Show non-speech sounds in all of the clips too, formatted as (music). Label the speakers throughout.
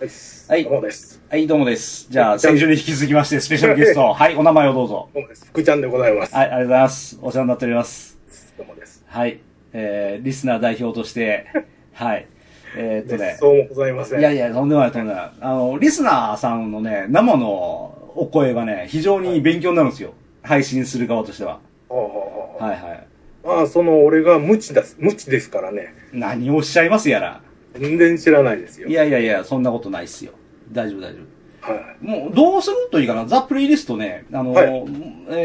Speaker 1: です。
Speaker 2: はい
Speaker 1: どうもです。
Speaker 2: はい、どうもです。じゃあ、先週に引き続きまして、スペシャルゲスト。はい、お名前をどうぞ。
Speaker 1: どうもです。福ちゃんでございます。
Speaker 2: はい、ありがとうございます。お世話になっております。
Speaker 1: どうもです。
Speaker 2: はい、えー、リスナー代表として、はい、えー、っとね
Speaker 1: 別、荘もございません。
Speaker 2: いやいや、とんでもない、とんでもない。あの、リスナーさんのね、生のお声がね、非常に勉強になるんですよ。配信する側としては。
Speaker 1: ほうほうほ
Speaker 2: はいはい。
Speaker 1: うまあ、その俺が無知だす、無知ですからね。
Speaker 2: 何をおっしゃいますやら。
Speaker 1: 全然知らないですよ。
Speaker 2: いやいやいや、そんなことないっすよ。大丈夫大丈夫。
Speaker 1: は
Speaker 2: もう、どうするといいかな。ザ・プレイリストね、あの、
Speaker 1: はい
Speaker 2: え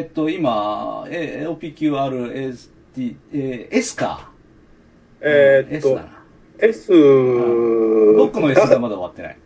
Speaker 2: ーっと、今、えー OPQR、ST、えー S か。
Speaker 1: い。えー、っ
Speaker 2: S
Speaker 1: と
Speaker 2: だ、な。
Speaker 1: S、
Speaker 2: ロックの S が
Speaker 1: だ
Speaker 2: まだ終わってない。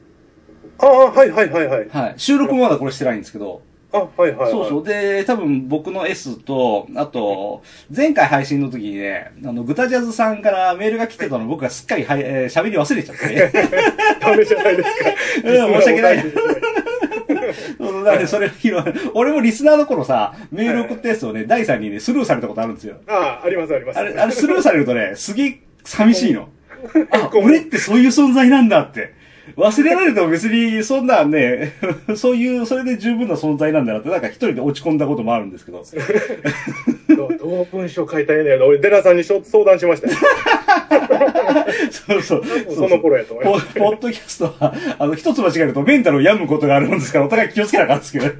Speaker 1: ああ、はいはいはいはい。
Speaker 2: はい。収録もまだこれしてないんですけど。
Speaker 1: あ、はいはい、はい。
Speaker 2: そうそう。で、多分僕の S と、あと、前回配信の時にね、あの、グタジャズさんからメールが来てたの僕がすっかりはいえー喋、り忘れちゃって。 (laughs)
Speaker 1: ダメじゃないですか。
Speaker 2: うん申し訳ない
Speaker 1: リスナーも大事に
Speaker 2: そうなんでそれを拾う。俺もリスナーの頃さ、メール送ったやつをね、第3にね、スルーされたことあるんですよ。
Speaker 1: あ (laughs) あ、ありますあります。
Speaker 2: あれ、あれスルーされるとね、すげえ寂しい
Speaker 1: (laughs)
Speaker 2: の。あ、
Speaker 1: ごめん
Speaker 2: 俺ってそういう存在なんだって。忘れられても別にそんなね、 (laughs) そういう、それで十分な存在なんだなって、なんか一人で落ち込んだこともあるんですけど。
Speaker 1: どうどう文章書いたらいいんだよ。俺、デラさんに相談しま
Speaker 2: (laughs)
Speaker 1: したよ。
Speaker 2: そうそう。。
Speaker 1: 分その頃やと思います
Speaker 2: ポポッドキャストは、あの、一つ間違えるとメンタルを病むことがあるもんですから、お互い気をつけなかったですけど。
Speaker 1: はい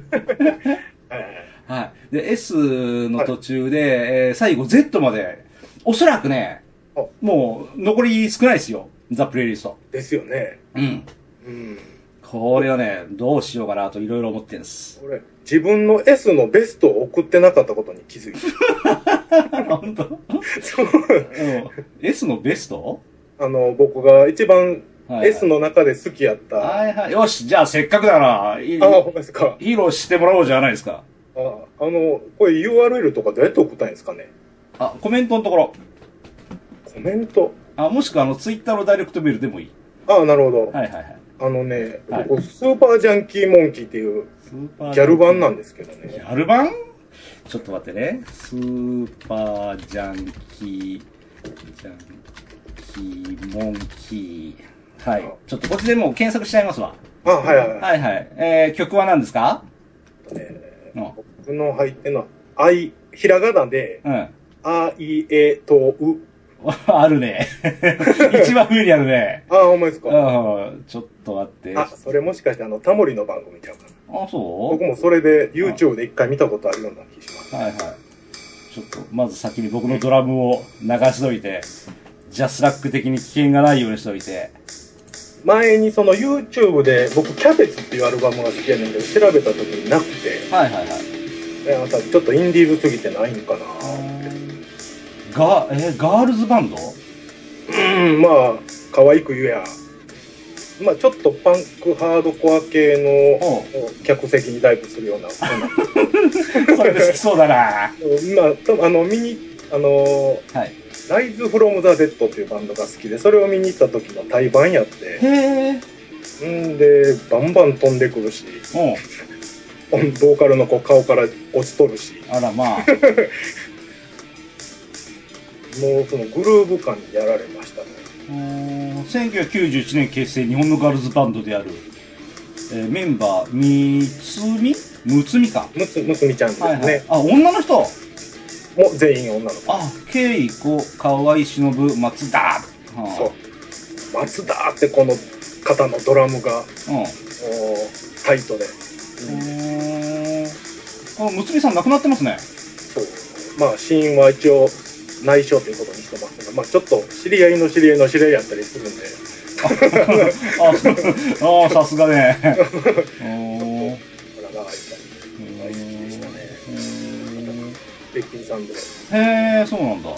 Speaker 1: (laughs) はい
Speaker 2: はい。で、S の途中で、えー最後 Z まで、おそらくね
Speaker 1: あ、
Speaker 2: もう、残り少ないですよ。ザ・プレイリスト。
Speaker 1: ですよね。
Speaker 2: うん。
Speaker 1: うん。
Speaker 2: これをね、どうしようかなといろいろ思ってるんです。
Speaker 1: 俺、自分の S のベストを送ってなかったことに気づいた。
Speaker 2: (laughs) 本当うん。
Speaker 1: (laughs) そう。
Speaker 2: S のベスト
Speaker 1: あの、僕が一番
Speaker 2: はいはい
Speaker 1: S の中で好きやった。あ
Speaker 2: はいはい。よし、じゃあせっかくだから、い
Speaker 1: あ、ほんまですか。
Speaker 2: 披露してもらおうじゃないですか。
Speaker 1: ああの、これ URL とかどうやって送ったんですかね。
Speaker 2: あ、コメントのところ。
Speaker 1: コメント。
Speaker 2: あ、もしくはあの、ツイッターのダイレクトメールでもいい。
Speaker 1: ああ、なるほど。
Speaker 2: はいはいはい。
Speaker 1: あのね、
Speaker 2: はい
Speaker 1: 僕、スーパージャンキーモンキーっていう
Speaker 2: スーパー
Speaker 1: ギャル版なん
Speaker 2: で
Speaker 1: ですけど
Speaker 2: ギ
Speaker 1: ね。
Speaker 2: ャル版ちょっと待ってね。スーパージャンキー、ジャンキー、モンキー。はい。ちょっとこっちでもう検索しちゃいますわ。
Speaker 1: あはいはいはい。
Speaker 2: はいはい。えー、曲は何ですかうん。
Speaker 1: 僕の入ってるのは、あい、ひらがなで、
Speaker 2: うん。 (laughs)
Speaker 1: あいえとう。
Speaker 2: ある (laughs) ね。一番上にあるね。
Speaker 1: ああ、ほんまです
Speaker 2: う
Speaker 1: か。
Speaker 2: ん。ちょっと待って。
Speaker 1: あ、それもしかしてあの、タモリの番組ちゃうかな。
Speaker 2: あそ
Speaker 1: 僕もそれで YouTube で一回見たことあるような気します。
Speaker 2: うはいはい。ちょっと、まず先に僕のドラムを流しといて、ジャスラック的に危険がないようにしといて。
Speaker 1: 前にその YouTube で僕キャベツっていうアルバムが好きやねんけど調べた時になくて、
Speaker 2: はいはいはい。
Speaker 1: でまたちょっとインディーズすぎてないんかな
Speaker 2: が、えーガールズバンド
Speaker 1: うん、まあ、可愛く言えや。まあちょっとパンクハードコア系
Speaker 2: おう
Speaker 1: の客席にダイブするような。
Speaker 2: (laughs) それで好きそうだな。
Speaker 1: 今、多分あの、見に、あの、
Speaker 2: はい。
Speaker 1: ライズフロムザ・デッドっていうバンドが好きで、それを見に行った時の対バンやって、
Speaker 2: へえ。
Speaker 1: うんで、バンバン飛んでくるし、
Speaker 2: うん。
Speaker 1: (laughs) ボーカルの子顔から落ちとるし、
Speaker 2: あらまあ。
Speaker 1: もうそのグルーヴ感にやられましたね。
Speaker 2: うーん1991年結成日本のガールズバンドである、えーメンバー、みつみむつみか。
Speaker 1: むつ、むつみちゃんですね。
Speaker 2: はいはい。あ、女の人
Speaker 1: もう全員女の子。
Speaker 2: あ、けいこ、かわいしのぶ、松田。はあ、
Speaker 1: そう。松田ってこの方のドラムが、も
Speaker 2: う。うん。
Speaker 1: うタイトで。
Speaker 2: うーんあ、むつみさん亡くなってますね。
Speaker 1: そう。まあ死因は一応内緒ということにしてますが、まあちょっと知り合いの知り合いの知り合いやったりするんで、
Speaker 2: あ、 (laughs) そうあー、さす
Speaker 1: (laughs)
Speaker 2: がね。おー
Speaker 1: ほらが開いたり、大事でしたね。ベッキーさんで。
Speaker 2: へえ、そうなんだ。
Speaker 1: う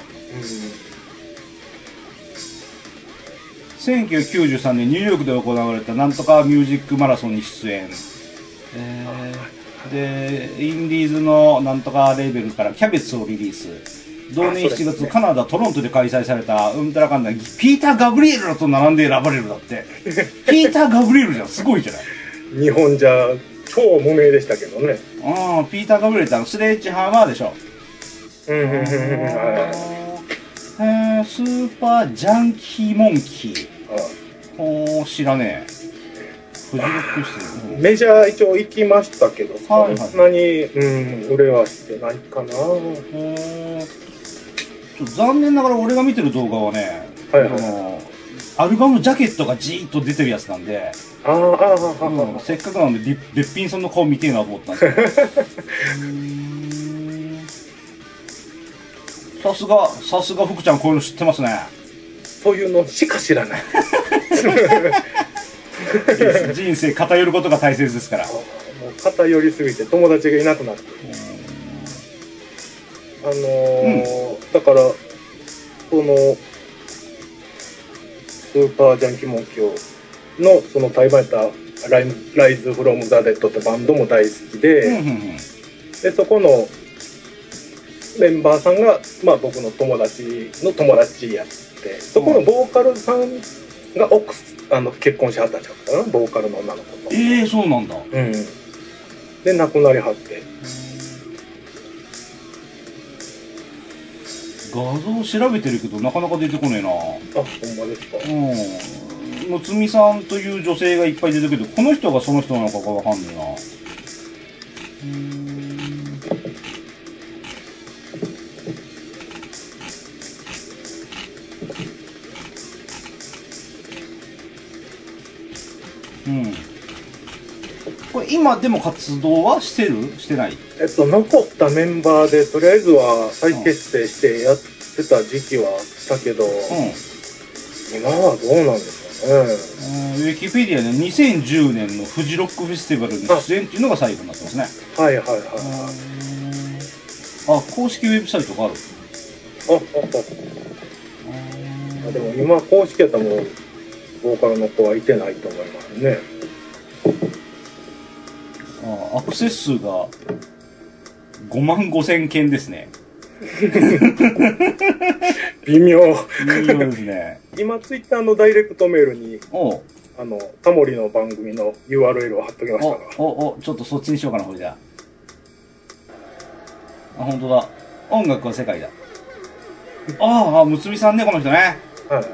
Speaker 2: 1993年ニューヨークで行われたなんとかミュージックマラソンに出演。えーで、インディーズのなんとかレーベルからキャベツをリリース。同年
Speaker 1: あそうです
Speaker 2: 7
Speaker 1: ね
Speaker 2: 月、カナダ・トロントで開催された、うんたらかんだ、ピーター・ガブリエルと並んで選ばれるだ
Speaker 1: (laughs)
Speaker 2: って。ピーター・ガブリエルじゃん、すごいじゃない。
Speaker 1: ん。日本じゃ超無名でしたけどね。
Speaker 2: うん、ピーター・ガブリエルってあの、スレッジハーマーで
Speaker 1: (laughs)
Speaker 2: しょ。
Speaker 1: うんうんうんうんはい
Speaker 2: えー、スーパー・ジャンキー・モンキー。
Speaker 1: ああ (laughs)
Speaker 2: ほー、知らねえ。藤ロックしてる。
Speaker 1: メジャー一応行きましたけど、
Speaker 2: はいはい
Speaker 1: そんなに、うん、売れはしてないかな。は
Speaker 2: えーちょっと残念ながら俺が見てる動画はね、
Speaker 1: はいはい
Speaker 2: あのアルバムジャケットがじーっと出てるやつなんで、
Speaker 1: あーあー、あーあ
Speaker 2: うん
Speaker 1: ー、
Speaker 2: せっかくなんでリべっぴんさんの顔見てえなと思ったんですけどさすがさすが福ちゃんこういうの知ってますね
Speaker 1: そういうのしか知らない。
Speaker 2: 人生偏ることが大切ですから
Speaker 1: もう偏りすぎて友達がいなくなって。あのーだから、その、スーパージャンキーモンキョの、その対バンやったライライズ・フロム・ザ・デッドってバンドも大好きで、
Speaker 2: うんうんうん
Speaker 1: で、そこのメンバーさんが、まあ僕の友達の友達やって、そこのボーカルさんが奥す、あの、結婚しはったんちゃうかな、ボーカルの女の子と。
Speaker 2: ええそうなんだ
Speaker 1: うん。で、亡くなりはって。
Speaker 2: 画像調べてるけどなかなか出てこねえな
Speaker 1: あ、ほんまですか。
Speaker 2: うんむつみさんという女性がいっぱい出てくるけどこの人がその人なのかがわかんねえなうんこれ今でも活動はしてるしてない
Speaker 1: えっと、残ったメンバーで、とりあえずは再結成してやってた時期はあったけど、
Speaker 2: うん
Speaker 1: 今はどうなんですかね。
Speaker 2: うんウィキペディアで2010年のフジロックフェスティバルに出演っていうのが最後になってますね。
Speaker 1: はいはいはい。
Speaker 2: あ、公式ウェブサイトがある。
Speaker 1: あ、あ、あ。あでも今、公式やったらもう、ボーカルの子はいてないと思いますね。
Speaker 2: あアクセス数が5万5千件ですね。
Speaker 1: 微妙。
Speaker 2: いいようですね。
Speaker 1: 今、ツイッターのダイレクトメールに、
Speaker 2: おう
Speaker 1: あの、タモリの番組の URL を貼っときまし
Speaker 2: お
Speaker 1: たから。、
Speaker 2: お、お、ちょっとそっちにしようかな、これじゃあ。あ、本当だ。音楽は世界だ。ああ、むつみさんね、この人ね。
Speaker 1: はい。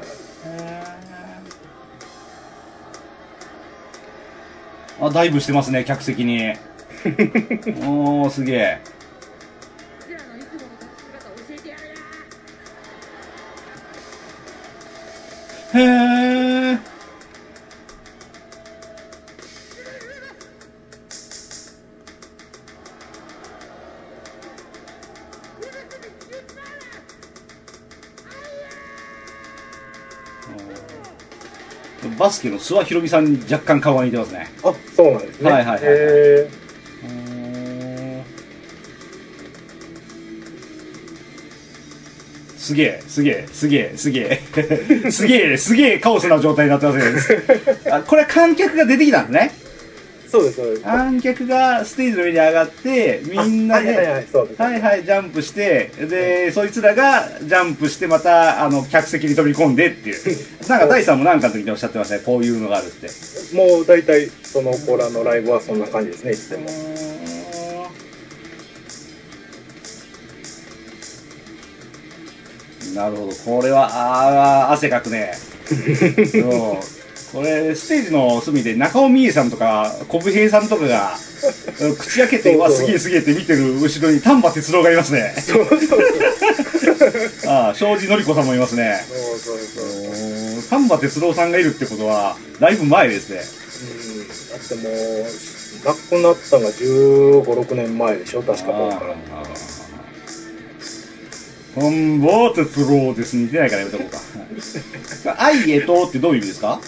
Speaker 2: あ、ダイブしてますね、客席に。おー、すげえ。
Speaker 3: 僕らのいつもの立ち姿を教えてやるよ
Speaker 2: へえ。バスケの諏訪ひろみさんに若干顔が似てますね。
Speaker 1: あ、そうなんですね。
Speaker 2: はいはいはい
Speaker 1: え
Speaker 2: すげえ、すげえ、すげえ、すげえ。 (laughs) すげえ、すげえカオスな状態になってますね。あこれ観客が出てきたんですね。
Speaker 1: ー、そうです、そうです。
Speaker 2: 観客がステージの上に上がって、みんな
Speaker 1: はいはい
Speaker 2: で、
Speaker 1: はい、そうです。
Speaker 2: はいはい、ジャンプして、で、そいつらがジャンプして、また、あの、客席に飛び込んでっていう。なんか、大さんもなんかの時におっしゃってましたね、こういうのがあるって。
Speaker 1: もう大体その子らのライブはそんな感じですねいつでも
Speaker 2: なるほど、これは、ああ、汗かくね。うんこれ、ステージの隅で中尾美恵さんとか、小武平さんとかが、口開けて、
Speaker 1: そうそう
Speaker 2: うわ、すげえすげえって見てる後ろに丹波哲郎がいますね。 (laughs) ああ、庄司のり子さんもいますね。
Speaker 1: そうそうそう
Speaker 2: おー丹波哲郎さんがいるってことは、だいぶ前ですね。
Speaker 1: うんだってもう亡くなったのが1 5 6年前でしょ確か僕から
Speaker 2: タンバーテプロです。似てないからやめとこうか。愛えとってどういう意味ですか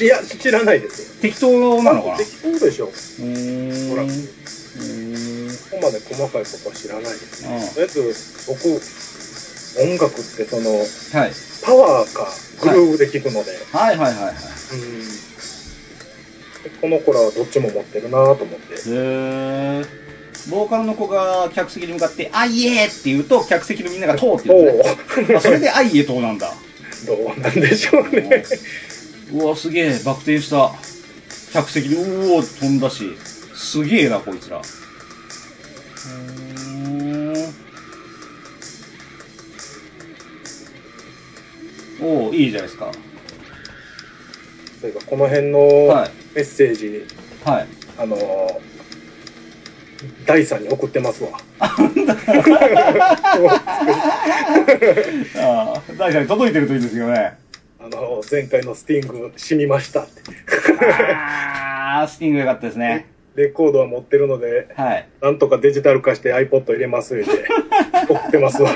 Speaker 1: いや知らないですよ
Speaker 2: 適当なのかなう
Speaker 1: 適当でしょこ
Speaker 2: ーん。
Speaker 1: ほら
Speaker 2: うー
Speaker 1: こまで細かいことは知らないです
Speaker 2: ん。
Speaker 1: とりあえず僕音楽ってその
Speaker 2: あはい。
Speaker 1: パワーかグルーブで聴くので、
Speaker 2: はいはいはいはい。
Speaker 1: うんでこの子らはどっちも持ってるなと思って
Speaker 2: へー。ボーカルの子が客席に向かって、あいえって言うと、客席のみんながとうって
Speaker 1: ど
Speaker 2: 言
Speaker 1: う
Speaker 2: うんですね。あそれであいえとなんだ。
Speaker 1: どうなんでしょうね
Speaker 2: (laughs) うわ、すげえ、バク転した。客席で、うおー、飛んだし。すげえな、こいつら。うーんおおいいじゃないですか。
Speaker 1: そういえばこの辺の、
Speaker 2: はい。
Speaker 1: メッセージ、
Speaker 2: はい。
Speaker 1: あのー、第三に送ってますわ。
Speaker 2: ああ、大体届いてるといいんですけどね。
Speaker 1: あのー、前回のスティング死にましたって。
Speaker 2: ああ、スティング良かったですね。
Speaker 1: レコードは持ってるので、
Speaker 2: はい。
Speaker 1: なんとかデジタル化して iPod 入れます言うて、送ってますわ。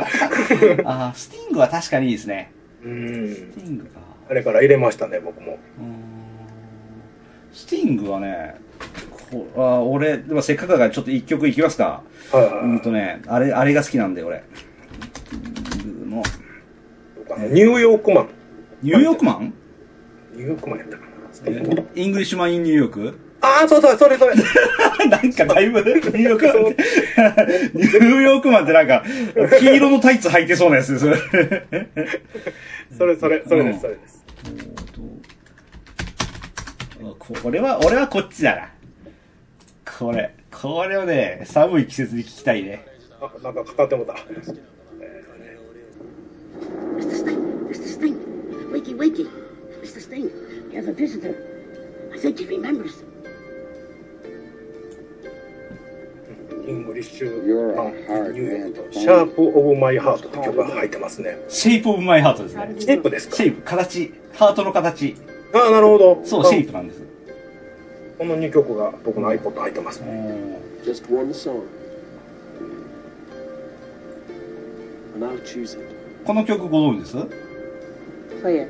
Speaker 2: ああ、スティングは確かにいいですね。
Speaker 1: (laughs) うん
Speaker 2: ス。ティングか。
Speaker 1: あれから入れましたね、僕も。
Speaker 2: うーんスティングはね、こうあー俺、でもせっかくだからちょっと一曲いきますか。
Speaker 1: はいはい
Speaker 2: うんとね、あれ、あれが好きなんで、俺。の
Speaker 1: はい。ニューヨークマン。
Speaker 2: ニューヨークマン
Speaker 1: ニューヨークマンやったかな。
Speaker 2: イングリッシュマン・イン・ニューヨーク
Speaker 1: ああ、そうそう、それそれ。
Speaker 2: (laughs) なんかだいぶ、ニューヨーク (laughs) マンって、ニューヨークマンってなんか、黄色のタイツ履いてそうなやつです。
Speaker 1: それそれ、それです、それです。
Speaker 2: あこれは、俺はこっちだな。これ。これをね、寒い季節に聞きたいね。
Speaker 1: あ、なんかかかってもうた。
Speaker 4: Mr. Sting, Mr. Sting, wakey, wakey, Mr. Sting, we have a visitor. I think he remembers.
Speaker 1: イングリッシュ
Speaker 5: You're
Speaker 1: マン
Speaker 5: a hard
Speaker 1: ニューヨーク
Speaker 5: man.
Speaker 1: とシャープオブマイハートって曲が入ってますね。
Speaker 2: シェイプオブマイハートですね。
Speaker 1: シェイプですか
Speaker 2: シェイプ、形。ハートの形。
Speaker 1: ああ、なるほど。
Speaker 2: そう、
Speaker 1: あ
Speaker 2: シェイプなんです。
Speaker 1: この2曲が僕の iPod 入ってますね。
Speaker 5: Just one song. And I'll choose it.
Speaker 2: この曲ご存知です
Speaker 4: Play it.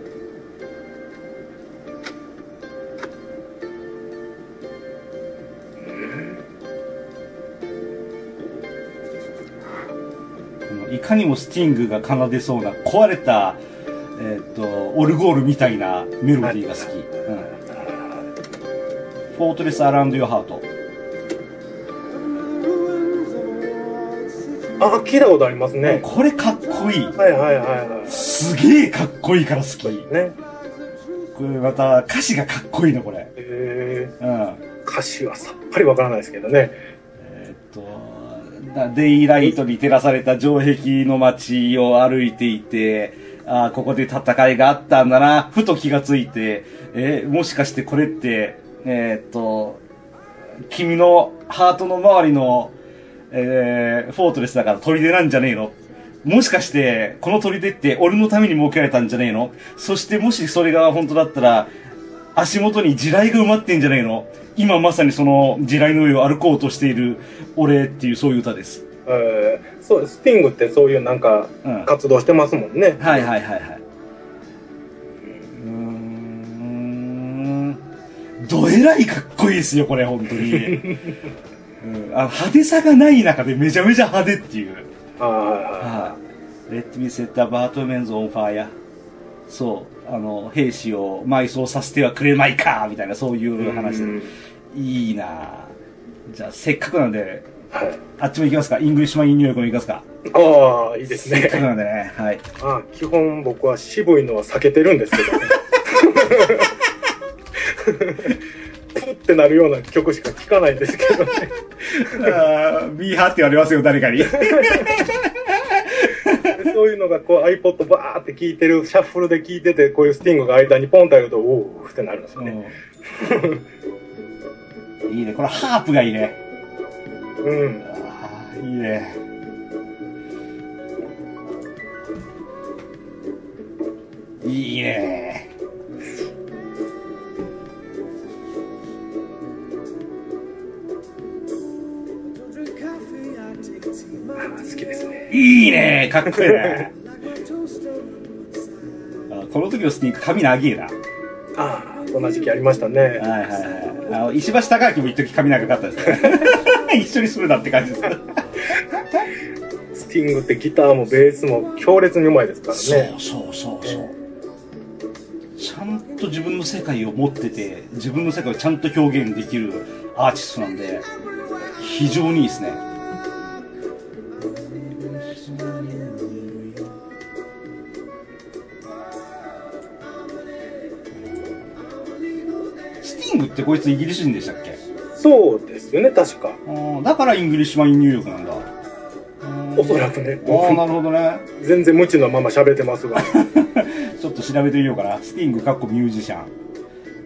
Speaker 2: このいかにもスティングが奏でそうな、壊れた、えーっと、オルゴールみたいなメロディーが好き。うん。フォートレス・アラウンド・ヨー・ハート。
Speaker 1: ああ、聞いたことありますね。
Speaker 2: これかっこいい。
Speaker 1: はいはいはいは
Speaker 2: すげえかっこいいから好き。
Speaker 1: い。ね。
Speaker 2: これまた歌詞がかっこいいのこれ。
Speaker 1: え
Speaker 2: うん。え
Speaker 1: ー、歌詞はさっぱりわからないですけどね。
Speaker 2: ーっとだ、デイライトに照らされた城壁の街を歩いていて、ああ、ここで戦いがあったんだな、ふと気がついて、えーもしかしてこれって、えーっと、君のハートの周りの、えーフォートレスだから砦なんじゃねえのもしかして、この砦って俺のために設けられたんじゃねえのそしてもしそれが本当だったら、足元に地雷が埋まってんじゃねえの今まさにその地雷の上を歩こうとしている俺っていうそういう歌です。
Speaker 1: えー、そう、スティングってそういうなんか
Speaker 2: うん。はい
Speaker 1: 活動してますもんね。
Speaker 2: はいはいはい。うーん。どえらいかっこいいですよ、これ、本当に。うん、あ派手さがない中でめちゃめちゃ派手っていう。
Speaker 1: ああ、
Speaker 2: はい。Let me set the apartments on fire. そう。あの、兵士を埋葬させてはくれないかみたいな、そういう話で
Speaker 1: うん
Speaker 2: いいなぁじゃあ、せっかくなんで、
Speaker 1: はい。
Speaker 2: あっちも行きますかイングリッシュマン・イン・ニューヨークも行きますか
Speaker 1: ああ、いいです
Speaker 2: せっかく
Speaker 1: ね。
Speaker 2: なんでね。はい。
Speaker 1: まあ、基本僕は渋いのは避けてるんですけど、ね。プッてなるような曲しか聴かないんですけどね。
Speaker 2: あーミーハーって言われますよ、誰かに。
Speaker 1: でそういうのがこう iPod バーって聴いてる、シャッフルで聴いてて、こういうスティングが間にポンと入ると、おーってなるんですよね。
Speaker 2: うんいいね。これ、ハープがいいね。
Speaker 1: うん。
Speaker 2: あーいいね。いいね。
Speaker 1: 好きですね。
Speaker 2: いいね。かっこいいね。あこの時のスティンク、髪長えな。はい
Speaker 1: ああ、そんな時期ありましたね。
Speaker 2: はいはい。あの石橋貴明も一時髪長かったですね。 (laughs) 一緒にするなって感じです。
Speaker 1: スティングってギターもベースも強烈にうまいですからね。
Speaker 2: そうそうそうそうちゃんと自分の世界を持ってて自分の世界をちゃんと表現できるアーティストなんで非常にいいですねスティングってこいつイギリス人でしたっけ
Speaker 1: そうですよね、確か。
Speaker 2: あーだからイングリッシュマン・ニューヨークなんだ
Speaker 1: おそらくね。
Speaker 2: ああなるほどね
Speaker 1: 全然無
Speaker 2: (laughs)
Speaker 1: 知のまま喋ってますが。
Speaker 2: ちょっと調べてみようかな。スティングかっこミュージシャン。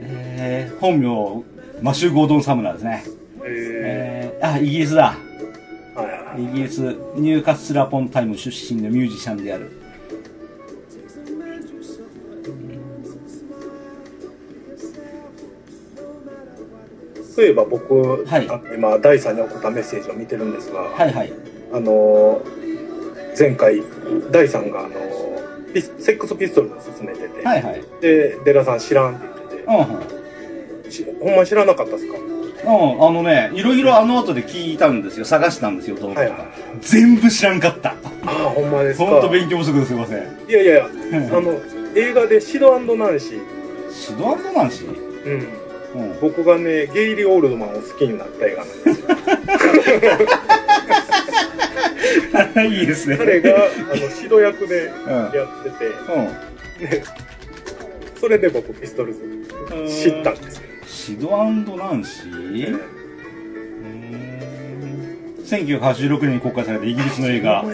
Speaker 2: えー、本名、マシュー・ゴードン・サムナーですね。
Speaker 1: え
Speaker 2: えー、あ、イギリスだ。
Speaker 1: ー、はいはいはい
Speaker 2: イギリス、ニューカッスル・アポン・タイム出身のミュージシャンである。
Speaker 1: そういえば僕、
Speaker 2: はい
Speaker 1: あの今第3に送ったメッセージを見てるんですが、
Speaker 2: はいはい。
Speaker 1: あのー前回第3が、あのーピスセックスピストルズを勧めてて、
Speaker 2: はいはい。
Speaker 1: でデラさん知らんって言って
Speaker 2: うん、うん。
Speaker 1: てしほんまに知らなかったですか
Speaker 2: うん、あのね、いろいろあの後で聞いたんですよ。探したんですよ、動画
Speaker 1: はい
Speaker 2: と
Speaker 1: はい
Speaker 2: か。全部知らんかった。
Speaker 1: ああほんまですか
Speaker 2: ほんと勉強不足ですいません。
Speaker 1: いやいやいやあ
Speaker 2: あ
Speaker 1: の
Speaker 2: の、
Speaker 1: 映画でシドナンシー、
Speaker 2: シドアンドナンシー
Speaker 1: うん、
Speaker 2: うん。
Speaker 1: 僕がねゲイリー・オールドマンを好きになった映画なんですよ
Speaker 2: (laughs) いい (laughs) ですね。
Speaker 1: 彼があのシド役で
Speaker 2: うん。
Speaker 1: やってて
Speaker 2: う
Speaker 1: それで僕ピストルズ
Speaker 2: ん。
Speaker 1: 知ったん。ですよ、
Speaker 2: シドアンドナンシーうーん1986年に公開されたイギリスの映画、あ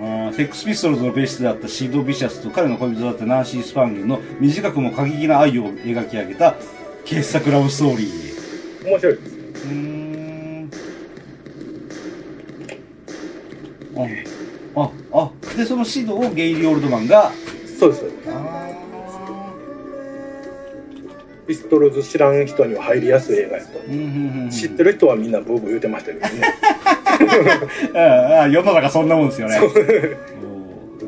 Speaker 2: ーセックスピストルズのベースであったシード・ビシャスと彼の恋人だったナンシー・スパンゲルの短くも過激な愛を描き上げた傑作ラブストーリー。
Speaker 1: 面白いです
Speaker 2: うーんあ、あ、あ、で、そのシードをゲイリー・オールドマンが、
Speaker 1: そうですピストルズ知らん人には入りやすい映画やと、
Speaker 2: うんうんうんうん
Speaker 1: 知ってる人はみんなブーブー言うてましたけどね
Speaker 2: うんうん世の中そんなもんですよね。おーよ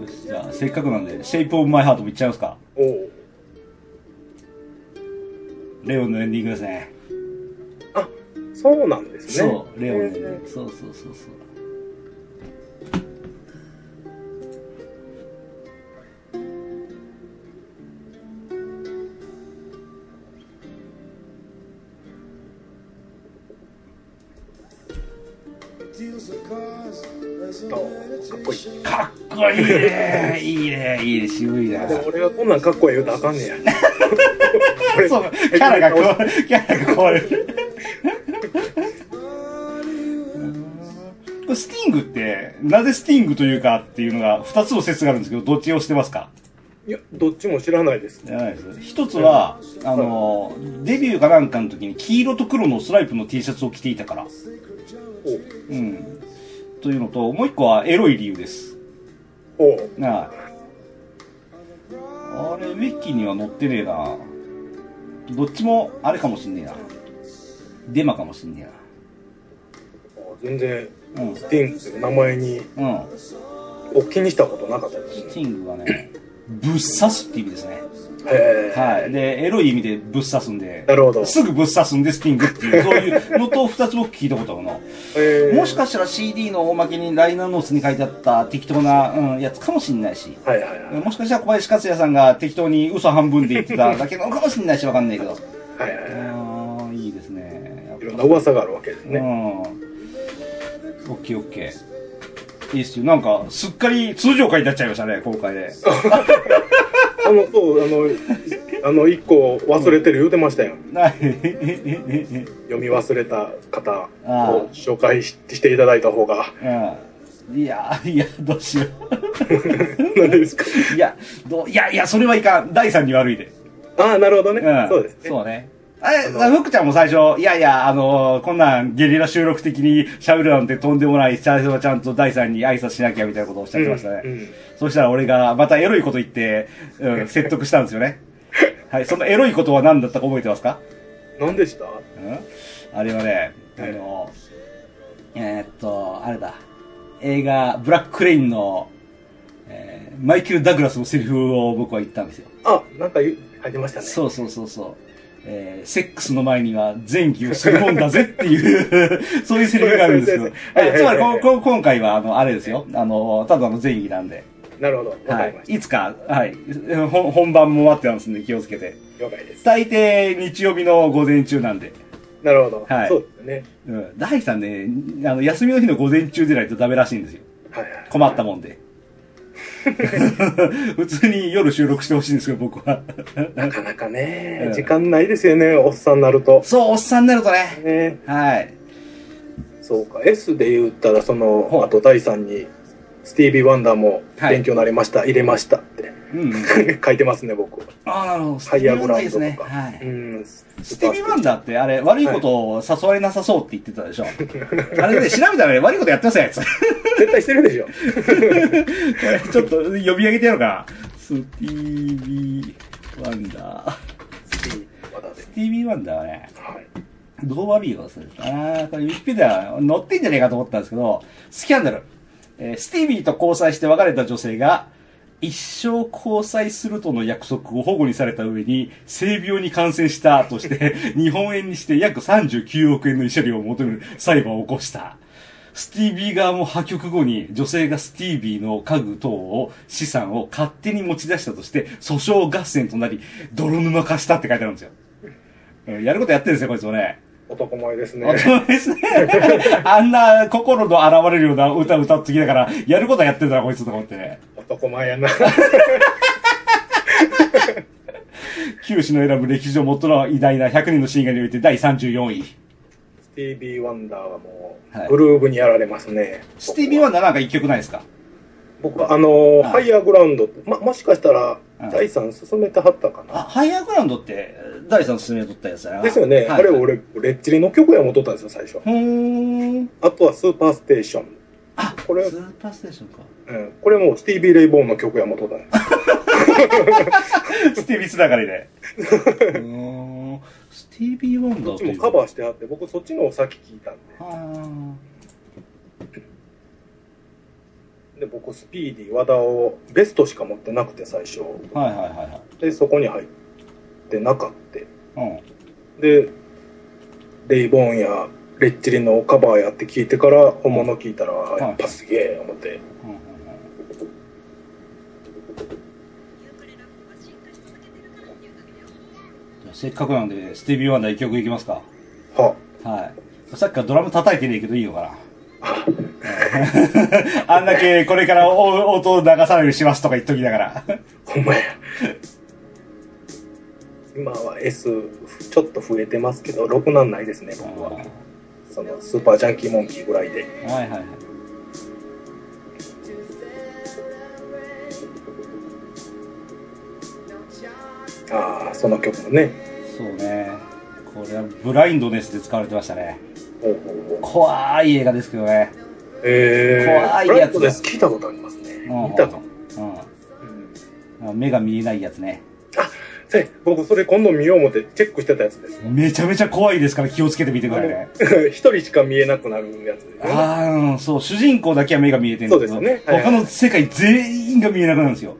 Speaker 2: しじゃあ、せっかくなんで、シェイプオブマイハートもいっちゃいますか。
Speaker 1: おおう
Speaker 2: レオンのエンディングですね。
Speaker 1: そうなんですね
Speaker 2: そう、レオンのエンディング。そうそうそうそう。
Speaker 1: あかっこいい
Speaker 2: かっこいいね。いいね。いいね。渋いな。
Speaker 1: でも俺がこんなんかっこいい言うとあかんねや俺
Speaker 2: そう、キャラが壊れる。キャラが壊れる。これスティングって、なぜスティングというかっていうのが、二つの説があるんですけど、どっちをしてますか
Speaker 1: いやどっちも知らないです
Speaker 2: じゃないです。一つは、あの、デビューかなんかの時に黄色と黒のストライプの T シャツを着ていたから。うん。というのと、もう一個はエロい理由です。
Speaker 1: おおう
Speaker 2: なあ。あれ、ウィキには載ってねえな。どっちも、あれかもしんねえな。デマかもしんね
Speaker 1: 全然
Speaker 2: えな。うん。
Speaker 1: スティングって名前に
Speaker 2: うん。ス
Speaker 1: お気にしたことなかったですね
Speaker 2: ティングがね、ぶっ刺すって意味ですね。
Speaker 1: へえ、
Speaker 2: はい。で、エロい意味でぶっ刺すんで。
Speaker 1: なるほど
Speaker 2: すぐぶっ刺すんで、スティングっていう、そういうのと二つ僕聞いたことあるの。
Speaker 1: えー
Speaker 2: もしかしたら CD のおまけにライナーノーツに書いてあった適当な、うん、やつかもしんないし。
Speaker 1: はいはいはい
Speaker 2: もしかしたら小林克也さんが適当に嘘半分で言ってただけなのかもしんないし、わかんないけど。
Speaker 1: はいはいは
Speaker 2: ああ、いいですね。やっ
Speaker 1: いいろ
Speaker 2: ぱ
Speaker 1: んな噂があるわけですね、
Speaker 2: うん。オッケーオッケー。いいっすよ。なんか、すっかり通常回になっちゃいましたね、今回で。
Speaker 1: あのそうあのあの一個忘れてる言うてましたよ
Speaker 2: なうん
Speaker 1: 読み忘れた方を紹介ししていただいた方
Speaker 2: (laughs)
Speaker 1: が
Speaker 2: いや、いや、どうしよ
Speaker 1: 何ですか
Speaker 2: う。い (laughs) や、どう、いや、いや、それはいかん。第三に悪いで。
Speaker 1: ああなるほどね、
Speaker 2: うん。
Speaker 1: そうですね
Speaker 2: そうね。あれ、ふくちゃんも最初、いやいや、あのーこんなんゲリラ収録的に喋るなんてとんでもない、最初はちゃんと第三に挨拶しなきゃみたいなことをおっしゃってましたね。
Speaker 1: うんうん
Speaker 2: そうしたら俺がまたエロいこと言って、
Speaker 1: (laughs)
Speaker 2: うん、説得したんですよね。はい、そのエロいことは何だったか覚えてますか
Speaker 1: 何でした
Speaker 2: うんあれはね、あ
Speaker 1: はい
Speaker 2: の、えーっと、あれだ、映画、ブラックレインの、えーマイケル・ダグラスのセリフを僕は言ったんですよ。
Speaker 1: あなんか言う入りましたね
Speaker 2: そうそうそうそう。えーセックスの前には前儀をするもんだぜっていう、 (laughs) そういうセリフがあるんですよ。
Speaker 1: そう
Speaker 2: あ
Speaker 1: ですそうです
Speaker 2: つまり
Speaker 1: はいはいはいは
Speaker 2: こ
Speaker 1: い
Speaker 2: こ、今回は、あの、あれですよ。あの、ただの前儀なんで。
Speaker 1: なるほどわ
Speaker 2: は
Speaker 1: かり
Speaker 2: い
Speaker 1: ま。し
Speaker 2: いつか、はい。本本番も待ってますんで気をつけて。
Speaker 1: た、了解です
Speaker 2: 大抵日曜日の午前中なんで。
Speaker 1: なるほど、
Speaker 2: はい
Speaker 1: そうですよね
Speaker 2: うん。大さんね、あの、休みの日の午前中でないとダメらしいんですよ。
Speaker 1: はいはい
Speaker 2: 困ったもんで。 (laughs) 普通に夜収録してほしいんですけど、僕は。
Speaker 1: なかなかね、
Speaker 2: うん
Speaker 1: 時間ないですよねおっさんになると
Speaker 2: そう、おっさんになるとね。
Speaker 1: ね
Speaker 2: はい。
Speaker 1: そうか S で言ったらその
Speaker 2: ほう
Speaker 1: あと第3にスティービー・ワンダーも
Speaker 2: はい
Speaker 1: 勉強になりました、入れましたって
Speaker 2: うんうん。
Speaker 1: (laughs) 書いてますね、僕。
Speaker 2: ああ、なるほど。
Speaker 1: ハイアーグラウンド
Speaker 2: スティービー
Speaker 1: とか。
Speaker 2: ワンダーですね。はい。
Speaker 1: うん。
Speaker 2: スティービー・ワンダーって、あれ、悪いことを誘われなさそうって言ってたでしょ。あれで調べたらね、悪いことやってますよ、あいつ。
Speaker 1: 絶対してるでしょ。
Speaker 2: (laughs) ちょっと、呼び上げてやろうかな。スティービー・ワンダー。
Speaker 1: まだで
Speaker 2: スティービー・ワンダーはね、
Speaker 1: はい。
Speaker 2: どう悪いことするんですかああ、これウィキペディア載ってんじゃねえかと思ったんですけど、スキャンダル。えースティービーと交際して別れた女性が、一生交際するとの約束を保護にされた上に、性病に感染したとして、 (laughs) 日本円にして約39億円の慰謝料を求める裁判を起こした。スティービー側も破局後に女性がスティービーの家具等を、資産を勝手に持ち出したとして、訴訟合戦となり、泥沼化したって書いてあるんですよ。うんやることやってるんですよ、こいつもね。
Speaker 1: 男前ですね。
Speaker 2: あそうですね。 (laughs) あんな心の現れるような歌歌ってきながら、やることはやってんだな、こいつと思ってね。
Speaker 1: 男前やな。
Speaker 2: 九死の選ぶ歴史上最も偉大な100人のシンガーにおいて第34位。
Speaker 1: スティービー・ワンダーはも、
Speaker 2: はいう
Speaker 1: グルーブにやられますね。
Speaker 2: スティービー・ワンダーなんか一曲ないですか
Speaker 1: 僕は、あのー
Speaker 2: はい
Speaker 1: ハイアーグラウンド、ま、もしかしたら
Speaker 2: うん、
Speaker 1: 第3進めてはったか
Speaker 2: あ
Speaker 1: な。、
Speaker 2: ハイアーグラウンドって、第3進めとったやつだな。
Speaker 1: ですよね。
Speaker 2: はい
Speaker 1: あれ、。俺、レッチリの曲やもとったんですよ、最初。
Speaker 2: ほーん。
Speaker 1: あとは、スーパーステーション。
Speaker 2: あ、
Speaker 1: これ
Speaker 2: スーパーステーションか。
Speaker 1: うん。これも、スティービー・レイ・ボーンの曲やもとったんです。
Speaker 2: スティービーつなが
Speaker 1: (laughs)
Speaker 2: りで。うーん。スティービー・ワンダ
Speaker 1: こ
Speaker 2: ー
Speaker 1: っ
Speaker 2: と
Speaker 1: ち
Speaker 2: い
Speaker 1: も
Speaker 2: う。
Speaker 1: カバーしてあって、僕、そっちのをさっき聞いたんで。
Speaker 2: は
Speaker 1: で、僕、スピーディー、和田を、ベストしか持ってなくて、最初。
Speaker 2: ーはいはいは
Speaker 1: で、そこに入ってなかって。
Speaker 2: いはい。
Speaker 1: で、レイボーンやレッチリのカバーやって聞いてから本物聞いたら、
Speaker 2: い
Speaker 1: やっぱすげえ思って。
Speaker 2: うん。うんうんうんじゃあせっかくなんで、スティービー・ワンダー一曲いきますか。
Speaker 1: は
Speaker 2: はい。さっきからドラム叩いてねえけどいいのかな。 (laughs) あんだけこれからお音を流されるしますとか言っときながら。
Speaker 1: ほんまや。今は S ちょっと増えてますけど、6なんないですね、僕は。
Speaker 2: は
Speaker 1: そのスーパージャンキーモンキーぐらいで。
Speaker 2: いはいはい。
Speaker 1: ああ、その曲もね。
Speaker 2: そうね。これはブラインドネスで使われてましたね。
Speaker 1: ほうほうほう
Speaker 2: 怖い映画ですけどね。
Speaker 1: え
Speaker 2: 怖
Speaker 1: ー、
Speaker 2: い
Speaker 1: ブラ
Speaker 2: や
Speaker 1: ッ
Speaker 2: つだ
Speaker 1: ドです。聞いたことありますね。見たか
Speaker 2: う
Speaker 1: も。
Speaker 2: ん
Speaker 1: うん
Speaker 2: うん。目が見えないやつね。
Speaker 1: せ僕、それ今度見よう思ってチェックしてたやつです。
Speaker 2: めちゃめちゃ怖いですから気をつけてみてくださいね。
Speaker 1: 一人しか見えなくなるやつですよね。
Speaker 2: ああ、うん、そう、主人公だけは目が見えてるんだけど、
Speaker 1: そうですよねはい
Speaker 2: 他の世界全員が見えなくなるんですよ。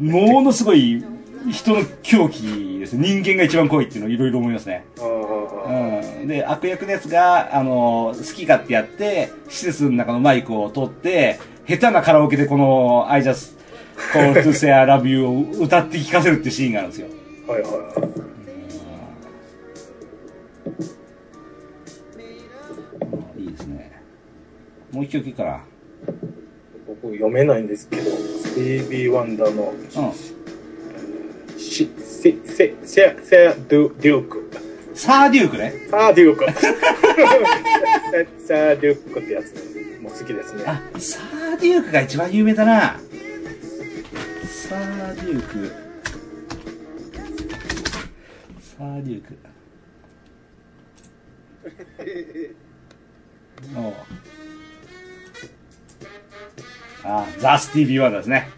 Speaker 2: ものすごい人の狂気です。人間が一番怖いっていうのをいろいろ思いますね。
Speaker 1: あー
Speaker 2: うん。で、悪役のやつが、あの、好き勝手やって、施設の中のマイクを取って、下手なカラオケでこの、I just call to say I love you を歌って聞かせるっていうシーンがあるんですよ。
Speaker 1: はいはいはい。
Speaker 2: うんいいですね。もう一曲いいかな。
Speaker 1: 僕読めないんですけど、スティービー・ワンダーの、
Speaker 2: うん。
Speaker 1: シ、シ、セ、セア、セア、ドゥ、デューク。
Speaker 2: サーデュークね。
Speaker 1: サーデューク。サーデュークってやつも好きですね。
Speaker 2: あ、サーデュークが一番有名だな。サーデューク。サーデューク。おうあ、ザ・スティービー・ワンダーですね。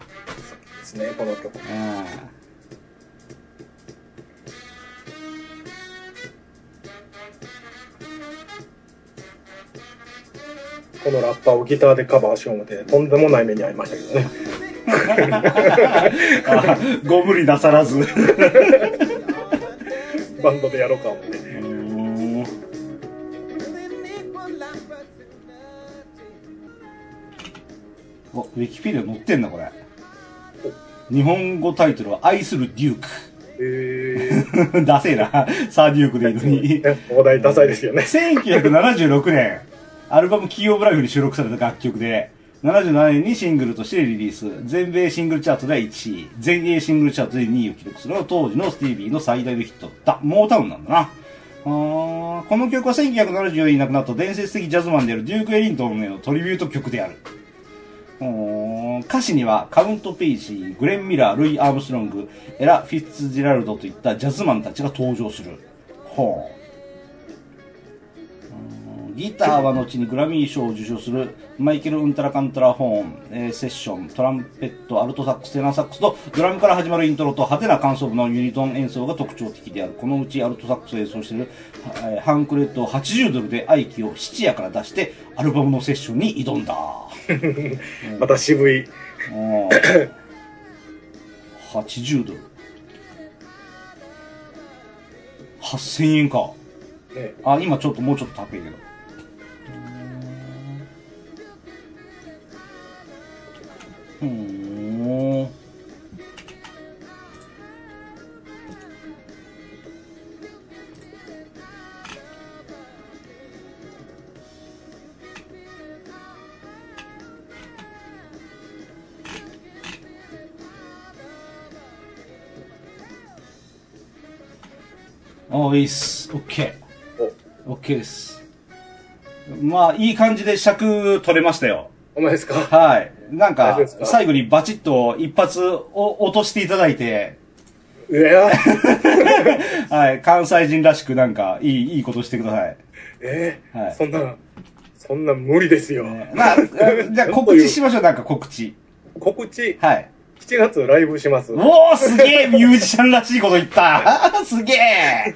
Speaker 1: ですね、この曲。
Speaker 2: あ
Speaker 1: このラッパーをギターでカバーしようので、とんでもない目に遭いましたけどね。
Speaker 2: あご無理なさらず。
Speaker 1: バンドでやろうか思って。
Speaker 2: お、ウィキペディア載ってんな、これ。日本語タイトルは、愛するデュ
Speaker 1: へ
Speaker 2: ーク。 (laughs) ダセえな。サーデュークでいいのに。
Speaker 1: ー。お題ダサいですよね。
Speaker 2: 1976年、アルバムキーオブライフに収録された楽曲で、77年にシングルとしてリリース。全米シングルチャートで1位、全英シングルチャートで2位を記録するのが当時のスティービーの最大のヒットだ。モータウンなんだな。あーこの曲は1974年に亡くなった伝説的ジャズマンであるデューク・エリントンへのトリビュート曲である。ほーのー歌詞にはカウント・ペイジー、グレン・ミラー、ルイ・アームスロング、エラ・フィッツジェラルドといったジャズマンたちが登場する。ほう。うんギターは後にグラミー賞を受賞するマイケル・ウンタラ・カンタラ・ホーン、えーセッション、トランペット、アルトサックス、テナーサックスとドラムから始まるイントロと派手な感想部のユニゾン演奏が特徴的である。このうちアルトサックスを演奏している、えーハンクレットを80ドルで愛機を質屋から出してアルバムのセッションに挑んだ。
Speaker 1: また渋い。
Speaker 2: うん80ドル8000円か
Speaker 1: ね、
Speaker 2: あ今ちょっともうちょっと高いけどうーんうーんあいいっす OK
Speaker 1: お
Speaker 2: OK ですまあいい感じで尺取れましたよ
Speaker 1: お前ですか
Speaker 2: はい。なん
Speaker 1: 大丈
Speaker 2: か
Speaker 1: 夫です、か
Speaker 2: 最後にバチッと一発を落としていただいて、
Speaker 1: いや
Speaker 2: はい。関西人らしくなんか、いい、いいことしてください。
Speaker 1: えー
Speaker 2: はい
Speaker 1: そんな、そんな無理ですよ。
Speaker 2: ねまあ、え (laughs) じゃあ告知しましょう。なんか告知。
Speaker 1: 告知、
Speaker 2: はい。
Speaker 1: 7月ライブします。
Speaker 2: おーすげえミュージシャンらしいこと言った (laughs) すげえ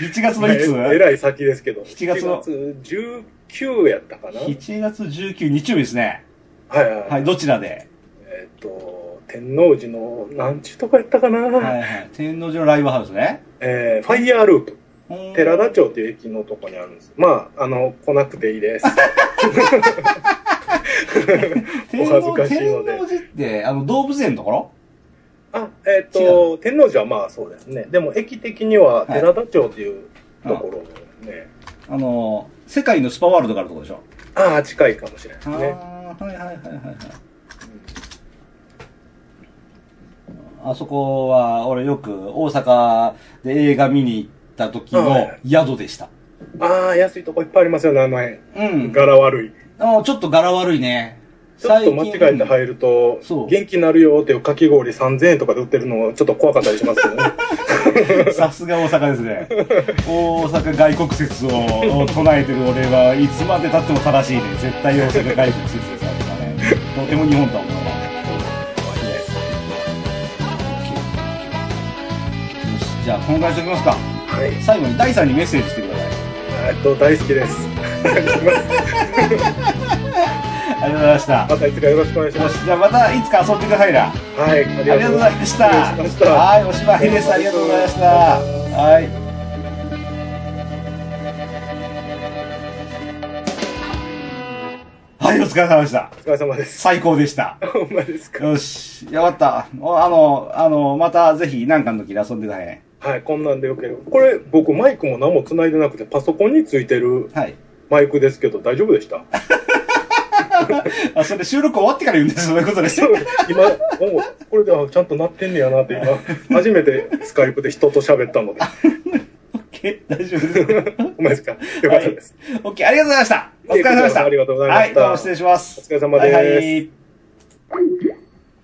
Speaker 2: !7 月のいつ
Speaker 1: ええらい先ですけど。
Speaker 2: 7月の
Speaker 1: 7月19やったかな
Speaker 2: ?7 月19日曜日ですね。
Speaker 1: はいはい。
Speaker 2: はい、どちらで
Speaker 1: えっ、と、天王寺の、なんちゅうとこやったかな、
Speaker 2: はいはい。天王寺のライブハウスね。
Speaker 1: えーファイヤーループ。
Speaker 2: うーん
Speaker 1: 寺田町っていう駅のとこにあるんです。まあ、あの、来なくていいです。
Speaker 2: 天王
Speaker 1: お恥ずかしいので
Speaker 2: 天王寺って、あの、動物園のところ
Speaker 1: あ、えっ、と、天王寺はまあそうですね。でも駅的には寺田町っていうところですね。
Speaker 2: あの、世界のスパワールドがあるところでしょ
Speaker 1: ああ、近いかもしれないですね。
Speaker 2: あーはいはいはいはいはいあそこは俺よく大阪で映画見に行った時
Speaker 1: はい
Speaker 2: の
Speaker 1: はい
Speaker 2: 宿でした、
Speaker 1: ああ、安いとこいっぱいありますよね、あの辺。
Speaker 2: うん
Speaker 1: 柄悪い。
Speaker 2: あちょっと柄悪いね
Speaker 1: ちょっと間違えて
Speaker 2: る
Speaker 1: 入ると
Speaker 2: そう、
Speaker 1: 元気なるよっていうかき氷3000円とかで売ってるのちょっと怖かったりしますけど
Speaker 2: (laughs)
Speaker 1: ね。
Speaker 2: さすが大阪ですね大阪外国説を唱えてる俺はいつまでたっても正しいね絶対大阪外国説ですあれはねとても日本とは思えないよしじゃあ今回しときますか
Speaker 1: はい。
Speaker 2: 最後に第3にメッセージしてください
Speaker 1: えっと、大好きです。
Speaker 2: ありがとうございました
Speaker 1: またいつかよろしくお願いしま
Speaker 2: よ
Speaker 1: す。
Speaker 2: しじゃあまたいつか遊んでくださいなあ
Speaker 1: はい、あり
Speaker 2: りがとうございまし
Speaker 1: 失
Speaker 2: た
Speaker 1: 礼しました。
Speaker 2: はいおしまいですありがとうございましたはいはいお疲れ様でした
Speaker 1: お疲れ様です。 (laughs)
Speaker 2: 最高でした
Speaker 1: ほんまですか。
Speaker 2: よしよかったおあのあのまたぜひ何かの時に遊んでくださいね
Speaker 1: はい、こんなんでよければ。これ、僕、マイクも何も繋いでなくて、パソコンについてる
Speaker 2: はい
Speaker 1: マイクですけど、大丈夫でした
Speaker 2: あそれ収録終わってから言うんですそういうことです
Speaker 1: そう今、おこれではちゃんとなってんねやなって、今、初めてスカイプで人と喋ったので。
Speaker 2: OK 大丈夫です
Speaker 1: ほんまですか。よかったです。
Speaker 2: オッケー、ありがとうございました。お疲れ様でした。
Speaker 1: ありがとうございました
Speaker 2: はい、どうも失礼します。
Speaker 1: お疲れ様です
Speaker 2: はいはい